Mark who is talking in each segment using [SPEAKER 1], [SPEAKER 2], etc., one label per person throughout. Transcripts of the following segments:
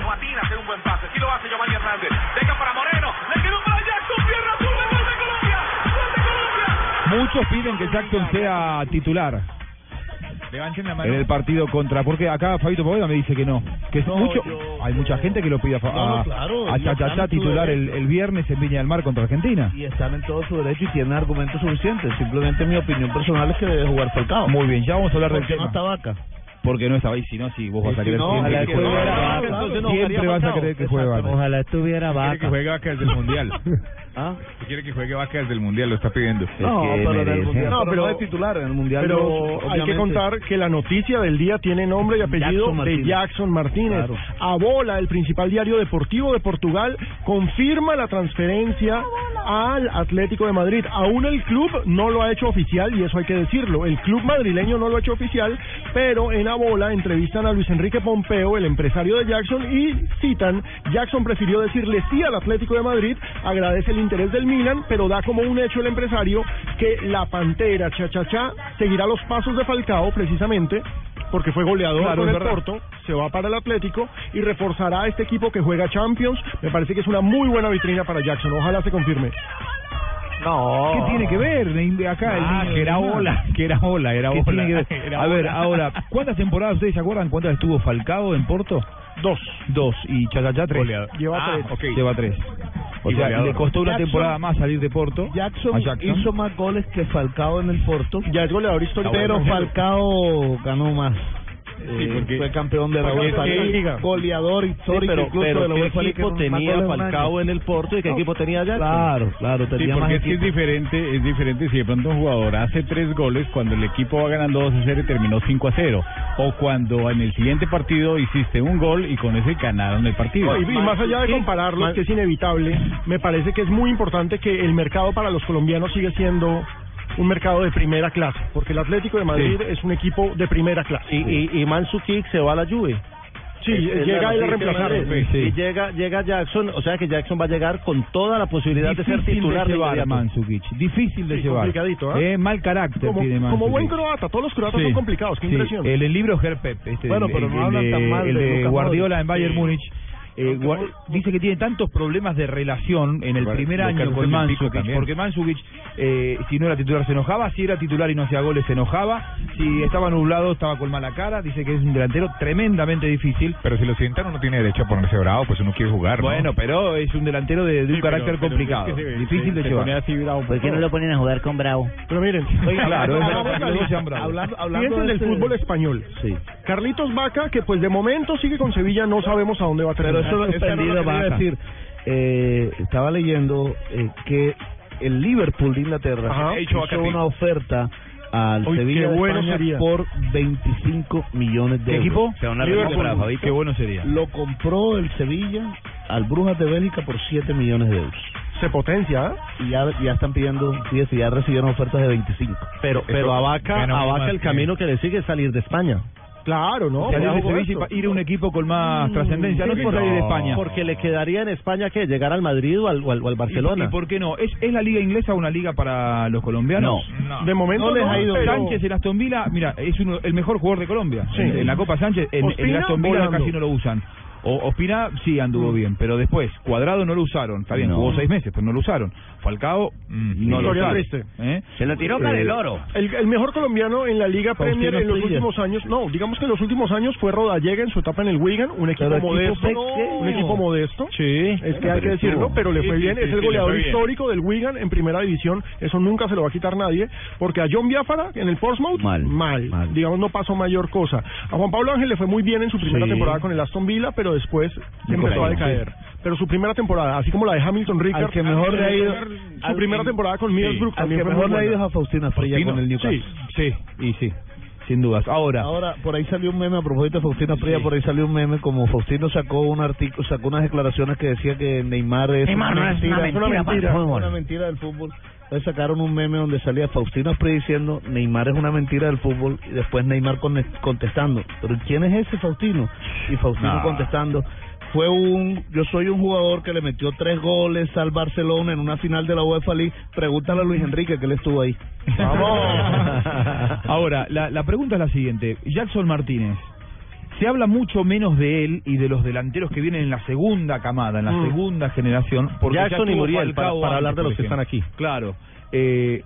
[SPEAKER 1] Matina hace un buen pase. Si lo hace Giovanni Hernández. Venga para Moreno. Le quedó para Jackson. Pierna azul. ¡Gol de Colombia! ¡Gol de Colombia!
[SPEAKER 2] Muchos piden que Jackson sea titular
[SPEAKER 3] Levanten la
[SPEAKER 2] en
[SPEAKER 3] mano.
[SPEAKER 2] el partido contra, porque acá Fabito Poveda me dice que no, que es
[SPEAKER 3] No,
[SPEAKER 2] mucho,
[SPEAKER 3] yo-
[SPEAKER 2] hay mucha gente que lo pide a, Fa-
[SPEAKER 3] No,
[SPEAKER 2] a,
[SPEAKER 3] claro,
[SPEAKER 2] a
[SPEAKER 3] yo están en
[SPEAKER 2] Chachachá
[SPEAKER 3] su
[SPEAKER 2] titular el,
[SPEAKER 3] derecho.
[SPEAKER 2] el viernes en Viña del Mar contra Argentina.
[SPEAKER 3] Y están en todo su derecho y tienen argumentos suficientes. Simplemente mi opinión personal es que debe jugar Falcao.
[SPEAKER 2] Muy bien, ya vamos a hablar del
[SPEAKER 3] ¿Por qué no
[SPEAKER 2] tema.
[SPEAKER 3] está Vaca?
[SPEAKER 2] Porque no estaba ahí, si no, si vos vas a
[SPEAKER 3] si
[SPEAKER 2] querer
[SPEAKER 3] no,
[SPEAKER 2] siempre
[SPEAKER 3] ojalá
[SPEAKER 2] que
[SPEAKER 3] que
[SPEAKER 2] juegue
[SPEAKER 3] estuviera
[SPEAKER 2] Vaca.
[SPEAKER 3] Vaca, entonces no
[SPEAKER 2] Siempre
[SPEAKER 3] jugaría
[SPEAKER 2] vas a
[SPEAKER 3] Falcao.
[SPEAKER 2] querer que juegue
[SPEAKER 3] Exactamente.
[SPEAKER 2] Vaca.
[SPEAKER 4] Ojalá estuviera
[SPEAKER 3] Quiere que
[SPEAKER 4] vaca.
[SPEAKER 3] juegue Vaca desde el Mundial. ¿Ah?
[SPEAKER 4] Quiere que juegue Vaca desde el Mundial, lo está pidiendo.
[SPEAKER 3] No,
[SPEAKER 4] Es que
[SPEAKER 3] pero en el
[SPEAKER 4] merece.
[SPEAKER 3] mundial, no, pero es titular en el mundial.
[SPEAKER 5] Pero hay que contar que la noticia del día tiene nombre y apellido
[SPEAKER 3] Jackson Martínez.
[SPEAKER 5] de Jackson Martínez.
[SPEAKER 3] Claro.
[SPEAKER 5] A bola, el principal diario deportivo de Portugal confirma la transferencia al Atlético de Madrid. Aún el club no lo ha hecho oficial y eso hay que decirlo. El club madrileño no lo ha hecho oficial, pero en A bola entrevistan a Luis Enrique Pompeo, el empresario de Jackson, y citan, Jackson prefirió decirle sí al Atlético de Madrid, agradece el interés del Milan, pero da como un hecho el empresario que la Pantera Chachachá seguirá los pasos de Falcao precisamente porque fue goleador
[SPEAKER 2] Claro,
[SPEAKER 5] con
[SPEAKER 2] es
[SPEAKER 5] el
[SPEAKER 2] verdad.
[SPEAKER 5] Porto, se va para el Atlético y reforzará a este equipo que juega Champions. Me parece que es una muy buena vitrina para Jackson, ojalá se confirme.
[SPEAKER 3] No.
[SPEAKER 2] ¿Qué tiene que ver acá el
[SPEAKER 3] Ah,
[SPEAKER 2] niño
[SPEAKER 3] que era
[SPEAKER 2] del Mar?
[SPEAKER 3] ola,
[SPEAKER 2] que era ola, era
[SPEAKER 3] ola. Era
[SPEAKER 2] A ver,
[SPEAKER 3] ola.
[SPEAKER 2] ahora, ¿cuántas temporadas ustedes se acuerdan cuántas estuvo Falcao en Porto? Dos. Dos, y Chachachá tres.
[SPEAKER 4] Goleador.
[SPEAKER 5] Lleva
[SPEAKER 4] Ah,
[SPEAKER 5] tres.
[SPEAKER 4] ok.
[SPEAKER 2] Lleva tres. O
[SPEAKER 4] Y
[SPEAKER 2] sea,
[SPEAKER 4] goleador.
[SPEAKER 2] le costó una
[SPEAKER 3] Jackson-
[SPEAKER 2] temporada más salir de Porto.
[SPEAKER 3] Jackson,
[SPEAKER 2] a Jackson.
[SPEAKER 3] hizo más goles que Falcao en el Porto,
[SPEAKER 5] Ya es goleador histórico.
[SPEAKER 3] pero
[SPEAKER 5] Pero Falcao-
[SPEAKER 3] Falcao ganó más.
[SPEAKER 4] Sí,
[SPEAKER 3] Eh,
[SPEAKER 4] porque-
[SPEAKER 3] fue campeón de la
[SPEAKER 4] porque
[SPEAKER 3] UEFA,
[SPEAKER 4] es que-
[SPEAKER 3] Liga, goleador histórico incluso de la UEFA Liga, más goles en un año.
[SPEAKER 4] en el Porto y qué equipo tenía
[SPEAKER 3] Claro, claro,
[SPEAKER 4] Sí,
[SPEAKER 3] tenía más
[SPEAKER 4] porque es que es
[SPEAKER 3] equipo.
[SPEAKER 4] diferente, es diferente si de pronto un jugador hace tres goles cuando el equipo va ganando 2 a 0 y terminó 5 a 0. O cuando en el siguiente partido hiciste un gol y con ese ganaron el partido.
[SPEAKER 5] No, y, y más allá de compararlos, que es inevitable, me parece que es muy importante que el mercado para los colombianos sigue siendo un mercado de primera clase, porque el Atlético de Madrid es un equipo de primera clase.
[SPEAKER 3] y, y Mansu Kick se va a la Juve.
[SPEAKER 5] Sí, llega él a reemplazarlo.
[SPEAKER 3] Y llega, llega Jackson, o sea que Jackson va a llegar con toda la posibilidad de ser
[SPEAKER 2] Difícil
[SPEAKER 3] titular de
[SPEAKER 2] llevar a
[SPEAKER 3] inmediato.
[SPEAKER 2] Mandzukic, difícil de
[SPEAKER 5] Sí,
[SPEAKER 2] llevar.
[SPEAKER 5] complicadito, ¿eh?
[SPEAKER 2] Eh, mal carácter
[SPEAKER 5] Como,
[SPEAKER 2] tiene
[SPEAKER 5] como buen
[SPEAKER 2] Mandzukic.
[SPEAKER 5] croata, todos los croatas
[SPEAKER 2] Sí,
[SPEAKER 5] son complicados, qué
[SPEAKER 2] sí.
[SPEAKER 5] impresión.
[SPEAKER 2] El, el libro Herpep, este,
[SPEAKER 3] Bueno,
[SPEAKER 2] el-
[SPEAKER 3] pero
[SPEAKER 2] el,
[SPEAKER 3] no hablan
[SPEAKER 2] el de,
[SPEAKER 3] tan mal
[SPEAKER 2] el
[SPEAKER 3] de
[SPEAKER 2] de
[SPEAKER 3] Luka
[SPEAKER 2] Guardiola
[SPEAKER 3] Modric.
[SPEAKER 2] en Bayern
[SPEAKER 3] Sí.
[SPEAKER 2] Múnich. eh, Guar- dice que tiene tantos problemas de relación en el
[SPEAKER 4] Bueno,
[SPEAKER 2] primer
[SPEAKER 4] Lucas
[SPEAKER 2] año
[SPEAKER 4] es
[SPEAKER 2] con
[SPEAKER 4] el pico
[SPEAKER 2] Mandzukic,
[SPEAKER 4] también.
[SPEAKER 2] porque Mandzukic, eh, si no era titular se enojaba, si era titular y no hacía goles se enojaba, si estaba nublado estaba con mala cara, dice que es un delantero tremendamente difícil.
[SPEAKER 4] Pero si lo sientan uno tiene derecho a ponerse bravo, pues uno quiere jugar.
[SPEAKER 2] Bueno, pero es un delantero de, de un carácter complicado, difícil de llevar.
[SPEAKER 4] ¿Por
[SPEAKER 6] ¿Por qué no lo ponen a jugar con Bravo?
[SPEAKER 5] Pero miren,
[SPEAKER 2] Claro, es verdad,
[SPEAKER 5] hablamos
[SPEAKER 2] que los dos sean bravos.
[SPEAKER 3] Hablando, hablando
[SPEAKER 5] piensen
[SPEAKER 3] de
[SPEAKER 5] del
[SPEAKER 3] este-
[SPEAKER 5] fútbol español.
[SPEAKER 3] Sí.
[SPEAKER 5] Carlitos Vaca, que pues de momento sigue con Sevilla, no sabemos a dónde va a
[SPEAKER 3] Pero
[SPEAKER 5] terminar.
[SPEAKER 3] eso lo
[SPEAKER 5] Esta era
[SPEAKER 3] suspendido
[SPEAKER 5] la
[SPEAKER 3] va a
[SPEAKER 5] realidad.
[SPEAKER 3] decir. Eh, estaba leyendo eh, que el Liverpool de Inglaterra
[SPEAKER 5] Ajá.
[SPEAKER 3] hizo
[SPEAKER 4] Hecho
[SPEAKER 3] una oferta al
[SPEAKER 5] Uy,
[SPEAKER 3] Sevilla
[SPEAKER 5] qué
[SPEAKER 3] de
[SPEAKER 5] bueno
[SPEAKER 3] España
[SPEAKER 5] sería.
[SPEAKER 3] por 25 millones de
[SPEAKER 2] ¿Qué
[SPEAKER 3] euros.
[SPEAKER 2] equipo?
[SPEAKER 6] Se van a
[SPEAKER 2] Liverpool.
[SPEAKER 6] recomprar, Fabito.
[SPEAKER 2] Qué bueno sería.
[SPEAKER 3] Lo compró el Sevilla al Brujas de Bélgica por 7 millones de euros.
[SPEAKER 5] Se potencia, ¿eh?
[SPEAKER 3] Y ya, ya están pidiendo 10 y ya recibieron ofertas de 25. Pero,
[SPEAKER 4] pero a Vaca- a Vaca el camino
[SPEAKER 3] que le sigue es salir de España.
[SPEAKER 5] Claro, ¿no?
[SPEAKER 2] Salir
[SPEAKER 5] Juega
[SPEAKER 2] de Sevilla y
[SPEAKER 5] Roberto.
[SPEAKER 2] pa- ir a un equipo con más trascendencia, no
[SPEAKER 3] sí,
[SPEAKER 2] por salir de
[SPEAKER 3] no.
[SPEAKER 2] España.
[SPEAKER 3] Porque le quedaría en España que llegar al Madrid o al, o al- o al Barcelona.
[SPEAKER 2] ¿Y, y por qué no? ¿Es, ¿Es la liga inglesa una liga para los colombianos?
[SPEAKER 5] De momento
[SPEAKER 3] No les
[SPEAKER 5] no,
[SPEAKER 3] ha ido
[SPEAKER 5] pero-
[SPEAKER 2] Sánchez en Aston Villa, mira, es uno, el mejor jugador de Colombia.
[SPEAKER 5] Sí.
[SPEAKER 2] En, en la Copa Sánchez, en, en el
[SPEAKER 5] Ospina,
[SPEAKER 2] Aston Villa
[SPEAKER 5] volando. Mm.
[SPEAKER 2] casi no lo usan. O, Ospina sí anduvo bien, pero después, Cuadrado no lo usaron. Está bien,
[SPEAKER 6] No.
[SPEAKER 2] jugó seis meses, pero no lo usaron. Falcao mm, no lo
[SPEAKER 5] Historia
[SPEAKER 2] usaron.
[SPEAKER 5] triste.
[SPEAKER 2] ¿Eh?
[SPEAKER 6] Se lo tiró para el oro.
[SPEAKER 5] El, el mejor colombiano en la Liga
[SPEAKER 3] Faustino
[SPEAKER 5] Premier en los
[SPEAKER 3] Esprilla.
[SPEAKER 5] últimos años, no, digamos que en los últimos años fue Rodallega en su etapa en el Wigan, un equipo
[SPEAKER 3] Pero equipo
[SPEAKER 5] modesto,
[SPEAKER 3] pequeño.
[SPEAKER 5] un equipo modesto.
[SPEAKER 2] Sí.
[SPEAKER 5] Es que hay que decirlo, pero le
[SPEAKER 4] Sí,
[SPEAKER 5] fue
[SPEAKER 4] sí,
[SPEAKER 5] bien.
[SPEAKER 4] sí,
[SPEAKER 5] es
[SPEAKER 4] sí,
[SPEAKER 5] el
[SPEAKER 4] le
[SPEAKER 5] goleador
[SPEAKER 4] fue bien.
[SPEAKER 5] histórico del Wigan en primera división. Eso nunca se lo va a quitar nadie. Porque a John Biafara en el Portsmouth,
[SPEAKER 6] Mal,
[SPEAKER 5] mal.
[SPEAKER 6] mal.
[SPEAKER 5] Digamos, no pasó mayor cosa. A Juan Pablo Ángel le fue muy bien en su primera
[SPEAKER 3] Sí.
[SPEAKER 5] temporada con el Aston Villa, pero después empezó a
[SPEAKER 3] correcto.
[SPEAKER 5] decaer. Pero su primera temporada, así como la de Hamilton Rickard,
[SPEAKER 3] Al que mejor le ha ido-
[SPEAKER 5] Su primera temporada con Middlesbrough
[SPEAKER 3] al
[SPEAKER 5] también
[SPEAKER 3] que
[SPEAKER 5] fue
[SPEAKER 3] mejor
[SPEAKER 5] muy
[SPEAKER 3] le ha ido es
[SPEAKER 5] buena.
[SPEAKER 3] a Faustino Asprilla con el Newcastle.
[SPEAKER 2] Sí, y sí. sin dudas. Ahora,
[SPEAKER 3] Ahora, por ahí salió un meme, a propósito de Faustino Prida, por ahí salió un meme como Faustino sacó un artículo, sacó unas declaraciones que decía que Neymar es,
[SPEAKER 6] Neymar no es una mentira para el fútbol.
[SPEAKER 3] una mentira del fútbol. Entonces sacaron un meme donde salía Faustino Prida diciendo Neymar es una mentira del fútbol y después Neymar con- contestando, pero ¿quién es ese Faustino? Y Faustino
[SPEAKER 4] No.
[SPEAKER 3] contestando. Fue un, yo soy un jugador que le metió tres goles al Barcelona en una final de la UEFA League. Pregúntale a Luis Enrique que él estuvo ahí.
[SPEAKER 2] Ahora, la, la pregunta es la siguiente. Jackson Martínez, se habla mucho menos de él y de los delanteros que vienen en la segunda camada, en la
[SPEAKER 3] Mm.
[SPEAKER 2] segunda generación. Porque ya
[SPEAKER 3] Jackson y
[SPEAKER 2] estuvo
[SPEAKER 3] Muriel, para-
[SPEAKER 2] Falcao
[SPEAKER 3] para hablar
[SPEAKER 2] antes,
[SPEAKER 3] de los
[SPEAKER 2] por
[SPEAKER 3] que están
[SPEAKER 2] ejemplo. Claro. Eh,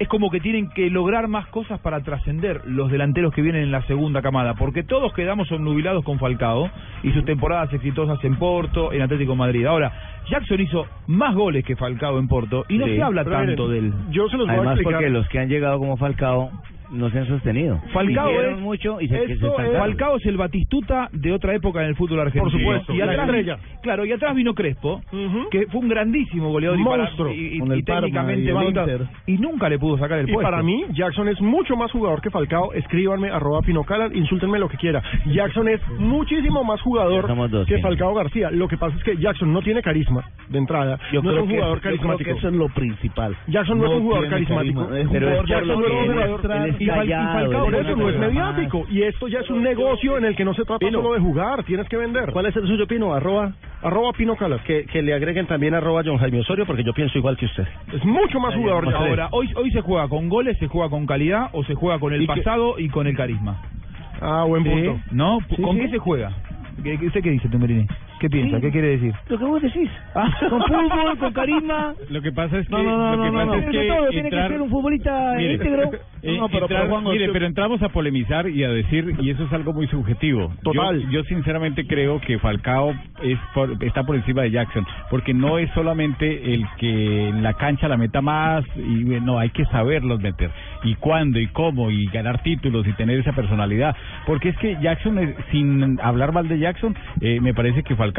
[SPEAKER 2] es como que tienen que lograr más cosas para trascender los delanteros que vienen en la segunda camada, porque todos quedamos obnubilados con Falcao y sus temporadas exitosas en Porto, en Atlético de Madrid. Ahora, Jackson hizo más goles que Falcao en Porto y no
[SPEAKER 6] Sí.
[SPEAKER 2] se habla
[SPEAKER 6] Pero
[SPEAKER 2] tanto de
[SPEAKER 6] miren,
[SPEAKER 2] él.
[SPEAKER 5] Yo se los voy a
[SPEAKER 6] Además,
[SPEAKER 5] explicar.
[SPEAKER 6] porque los que han llegado como Falcao no se han sostenido.
[SPEAKER 2] Falcao
[SPEAKER 6] Hicieron
[SPEAKER 2] es,
[SPEAKER 6] mucho y se, que se
[SPEAKER 2] esto es-
[SPEAKER 6] estancaron.
[SPEAKER 2] Falcao es el Batistuta de otra época en el fútbol argentino.
[SPEAKER 5] supuesto,
[SPEAKER 2] y
[SPEAKER 5] la
[SPEAKER 2] atrás,
[SPEAKER 5] estrella.
[SPEAKER 2] Claro, y atrás vino Crespo,
[SPEAKER 5] Ujú.
[SPEAKER 2] que fue un grandísimo goleador y para-
[SPEAKER 5] Monstruo,
[SPEAKER 2] y, y-
[SPEAKER 3] con el
[SPEAKER 2] y
[SPEAKER 3] Parma y
[SPEAKER 2] técnicamente
[SPEAKER 3] el
[SPEAKER 2] brutal,
[SPEAKER 3] Inter.
[SPEAKER 2] y nunca le pudo sacar el
[SPEAKER 5] Y
[SPEAKER 2] puesto.
[SPEAKER 5] para mí, Jackson es mucho más jugador que Falcao. Escríbanme, arroba Pinocalan, insúltenme lo que quiera. Jackson es muchísimo más jugador
[SPEAKER 6] Ya somos dos,
[SPEAKER 5] que
[SPEAKER 6] sí.
[SPEAKER 5] Falcao García. Lo que pasa es que Jackson no tiene carisma de entrada. no es un jugador
[SPEAKER 3] que, yo creo que
[SPEAKER 5] carismático.
[SPEAKER 3] eso es lo principal.
[SPEAKER 5] Jackson no, es un jugador
[SPEAKER 3] tiene
[SPEAKER 5] carismático.
[SPEAKER 3] carisma, es un
[SPEAKER 6] Pero es
[SPEAKER 3] jugador
[SPEAKER 6] por
[SPEAKER 5] Jackson
[SPEAKER 6] lo
[SPEAKER 5] no es un
[SPEAKER 6] que
[SPEAKER 5] jugador.
[SPEAKER 6] muestra- él es
[SPEAKER 5] Y Fal- y
[SPEAKER 6] callado,
[SPEAKER 5] Falcao, por
[SPEAKER 6] él
[SPEAKER 5] eso no es
[SPEAKER 6] muestra más.
[SPEAKER 5] mediático. Y esto ya es un negocio en el que no se trata
[SPEAKER 3] Pino.
[SPEAKER 5] solo de jugar, tienes que vender.
[SPEAKER 3] ¿Cuál es el suyo, Pino? Arroba.
[SPEAKER 5] Arroba Pinocalan.
[SPEAKER 3] Que, que le agreguen también arroba John Jaime Osorio, porque yo pienso igual que usted.
[SPEAKER 5] Es mucho más jugador que
[SPEAKER 2] Ahora, hoy, hoy se juega con goles, se juega con calidad o se juega con el
[SPEAKER 5] Y que-
[SPEAKER 2] pasado y con el carisma.
[SPEAKER 5] Ah, buen punto.
[SPEAKER 2] ¿No?
[SPEAKER 5] Sí,
[SPEAKER 2] ¿Con
[SPEAKER 5] sí.
[SPEAKER 2] qué se juega? ¿Qué, qué- usted qué dice, Tumberini? ¿Qué piensa? ¿Qué quiere decir?
[SPEAKER 6] Lo que vos decís. Con fútbol, con carisma.
[SPEAKER 4] Lo que pasa es que.
[SPEAKER 6] No, no, no,
[SPEAKER 4] lo que
[SPEAKER 6] no, no,
[SPEAKER 4] pasa
[SPEAKER 6] no.
[SPEAKER 4] es
[SPEAKER 6] Tiene
[SPEAKER 4] que
[SPEAKER 6] que todo, tiene que
[SPEAKER 4] entrar-
[SPEAKER 6] ser un futbolista
[SPEAKER 4] Mire,
[SPEAKER 6] íntegro.
[SPEAKER 4] eh,
[SPEAKER 3] este No, pero-
[SPEAKER 4] entrar-
[SPEAKER 3] pero, Juan,
[SPEAKER 4] mire,
[SPEAKER 3] usted-
[SPEAKER 4] pero entramos a polemizar y a decir, y eso es algo muy subjetivo.
[SPEAKER 5] Total.
[SPEAKER 4] Yo, yo sinceramente creo que Falcao es por- está por encima de Jackson, porque no es solamente el que en la cancha la meta más, y no, hay que saberlos meter. Y cuándo, y cómo, y ganar títulos, y tener esa personalidad. Porque es que Jackson, es- sin hablar mal de Jackson, eh, me parece que Falcao,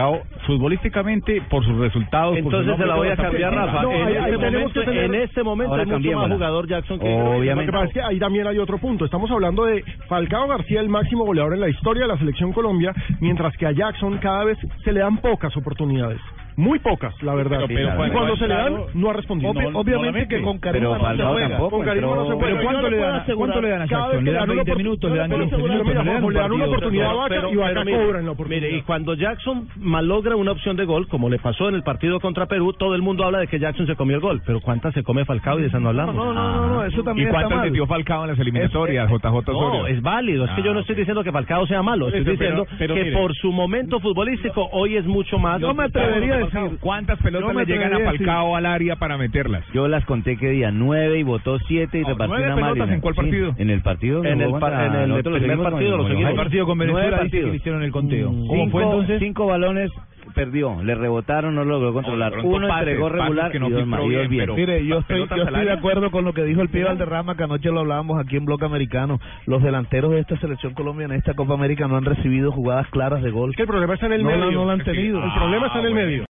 [SPEAKER 4] futbolísticamente, por sus resultados... por su
[SPEAKER 3] Entonces
[SPEAKER 4] nombre,
[SPEAKER 3] se la voy
[SPEAKER 4] todo
[SPEAKER 3] a
[SPEAKER 4] pues está por
[SPEAKER 3] cambiar,
[SPEAKER 4] encima.
[SPEAKER 3] Rafa.
[SPEAKER 5] No,
[SPEAKER 3] en,
[SPEAKER 5] ahí- ahí
[SPEAKER 3] este
[SPEAKER 5] tenemos
[SPEAKER 3] momento,
[SPEAKER 5] que tener-
[SPEAKER 3] en este momento
[SPEAKER 6] Ahora
[SPEAKER 3] es mucho más
[SPEAKER 6] cambiémosla.
[SPEAKER 3] jugador Jackson que
[SPEAKER 5] Lo que
[SPEAKER 6] Obviamente.
[SPEAKER 5] pasa
[SPEAKER 2] ah,
[SPEAKER 5] es que ahí también hay otro punto. Estamos hablando de Falcao García, el máximo goleador en la historia de la selección Colombia, mientras que a Jackson cada vez se le dan pocas oportunidades. Muy pocas, la verdad.
[SPEAKER 4] Pero- pero
[SPEAKER 5] y
[SPEAKER 4] Falcao
[SPEAKER 5] cuando
[SPEAKER 4] ha
[SPEAKER 5] se le dan,
[SPEAKER 4] entrado-
[SPEAKER 5] no ha respondido.
[SPEAKER 4] Obvi- No, no la obviamente mete. que con
[SPEAKER 6] Pero
[SPEAKER 3] no se
[SPEAKER 6] Falcao
[SPEAKER 3] juega.
[SPEAKER 6] tampoco
[SPEAKER 5] Con carisma no se
[SPEAKER 6] entró.
[SPEAKER 5] juega.
[SPEAKER 2] Pero
[SPEAKER 5] Yo
[SPEAKER 2] ¿cuánto
[SPEAKER 5] le
[SPEAKER 2] le,
[SPEAKER 5] puedo
[SPEAKER 2] dan,
[SPEAKER 5] asegurar
[SPEAKER 2] ¿cuánto le dan a
[SPEAKER 5] cada vez
[SPEAKER 2] Jackson?
[SPEAKER 5] que
[SPEAKER 2] ¿Le dan
[SPEAKER 5] dan una
[SPEAKER 2] 20
[SPEAKER 5] opor-
[SPEAKER 2] minutos?
[SPEAKER 5] yo
[SPEAKER 2] ¿Le
[SPEAKER 5] le
[SPEAKER 2] dan
[SPEAKER 5] puedo
[SPEAKER 2] 15
[SPEAKER 5] asegurar,
[SPEAKER 2] minutos?
[SPEAKER 5] mira,
[SPEAKER 2] ¿Le dan
[SPEAKER 5] Juanjo, le dan
[SPEAKER 2] un
[SPEAKER 5] una
[SPEAKER 2] partido?
[SPEAKER 5] oportunidad a Vaca y Vaca cobra en la oportunidad.
[SPEAKER 3] Mire, y cuando Jackson malogra una opción de gol, como le pasó en el partido contra Perú, todo el mundo habla de que Jackson se comió el gol. Pero ¿cuántas se come Falcao y de esa no hablamos? Ah.
[SPEAKER 5] No, no, no, no, eso
[SPEAKER 4] ¿Y
[SPEAKER 5] también está
[SPEAKER 4] cuántas
[SPEAKER 5] mal.
[SPEAKER 4] metió Falcao en las eliminatorias, JJ Osorio?
[SPEAKER 3] No, es válido. Es que
[SPEAKER 4] Ah,
[SPEAKER 3] yo no estoy
[SPEAKER 4] ok.
[SPEAKER 3] diciendo que Falcao sea malo. Estoy
[SPEAKER 4] Listo, pero-
[SPEAKER 3] diciendo
[SPEAKER 4] pero
[SPEAKER 3] que
[SPEAKER 4] mire.
[SPEAKER 3] por su momento futbolístico hoy es mucho más.
[SPEAKER 4] No me atrevería a decir cuántas pelotas
[SPEAKER 5] No me
[SPEAKER 4] le llegan a
[SPEAKER 5] atrevería a decir.
[SPEAKER 4] Falcao al área para meterlas.
[SPEAKER 6] Yo las conté que día nueve y votó siete y
[SPEAKER 4] Ah,
[SPEAKER 6] repartió
[SPEAKER 4] ¿nueve
[SPEAKER 6] una
[SPEAKER 4] pelotas
[SPEAKER 6] máquina.
[SPEAKER 4] en cuál
[SPEAKER 6] Sí,
[SPEAKER 4] partido?
[SPEAKER 6] en el partido.
[SPEAKER 3] En
[SPEAKER 6] que
[SPEAKER 3] el
[SPEAKER 6] jugó
[SPEAKER 3] par-
[SPEAKER 6] contra-
[SPEAKER 3] en el
[SPEAKER 6] nosotros lo
[SPEAKER 3] primer
[SPEAKER 6] seguimos
[SPEAKER 3] partido
[SPEAKER 6] con-
[SPEAKER 3] lo
[SPEAKER 6] con-
[SPEAKER 3] seguimos.
[SPEAKER 2] El partido con
[SPEAKER 6] Nueve
[SPEAKER 2] Venezuela dice que
[SPEAKER 6] partidos.
[SPEAKER 2] le hicieron el conteo.
[SPEAKER 6] Mm,
[SPEAKER 2] ¿Cómo fue
[SPEAKER 6] cinco-
[SPEAKER 2] entonces?
[SPEAKER 6] Cinco balones perdió, le rebotaron, no logró controlar.
[SPEAKER 4] O de pronto
[SPEAKER 6] Uno entregó
[SPEAKER 4] pases, pases
[SPEAKER 6] regular
[SPEAKER 4] que no
[SPEAKER 6] y dos más,
[SPEAKER 4] filtró
[SPEAKER 6] y dos
[SPEAKER 4] bien,
[SPEAKER 6] bien.
[SPEAKER 4] pero-
[SPEAKER 3] Mire, yo
[SPEAKER 4] Las
[SPEAKER 3] estoy,
[SPEAKER 4] pelotas
[SPEAKER 3] yo
[SPEAKER 4] al
[SPEAKER 3] estoy de
[SPEAKER 4] área.
[SPEAKER 3] acuerdo con lo que dijo el pibe Valderrama, que anoche lo hablábamos aquí en Bloque Americano. Los delanteros de esta selección Colombia en esta Copa América no han recibido jugadas claras de gol.
[SPEAKER 5] Es que el problema está en el
[SPEAKER 3] No la-
[SPEAKER 5] medio.
[SPEAKER 3] no la han tenido. Ah,
[SPEAKER 5] El problema está en el medio.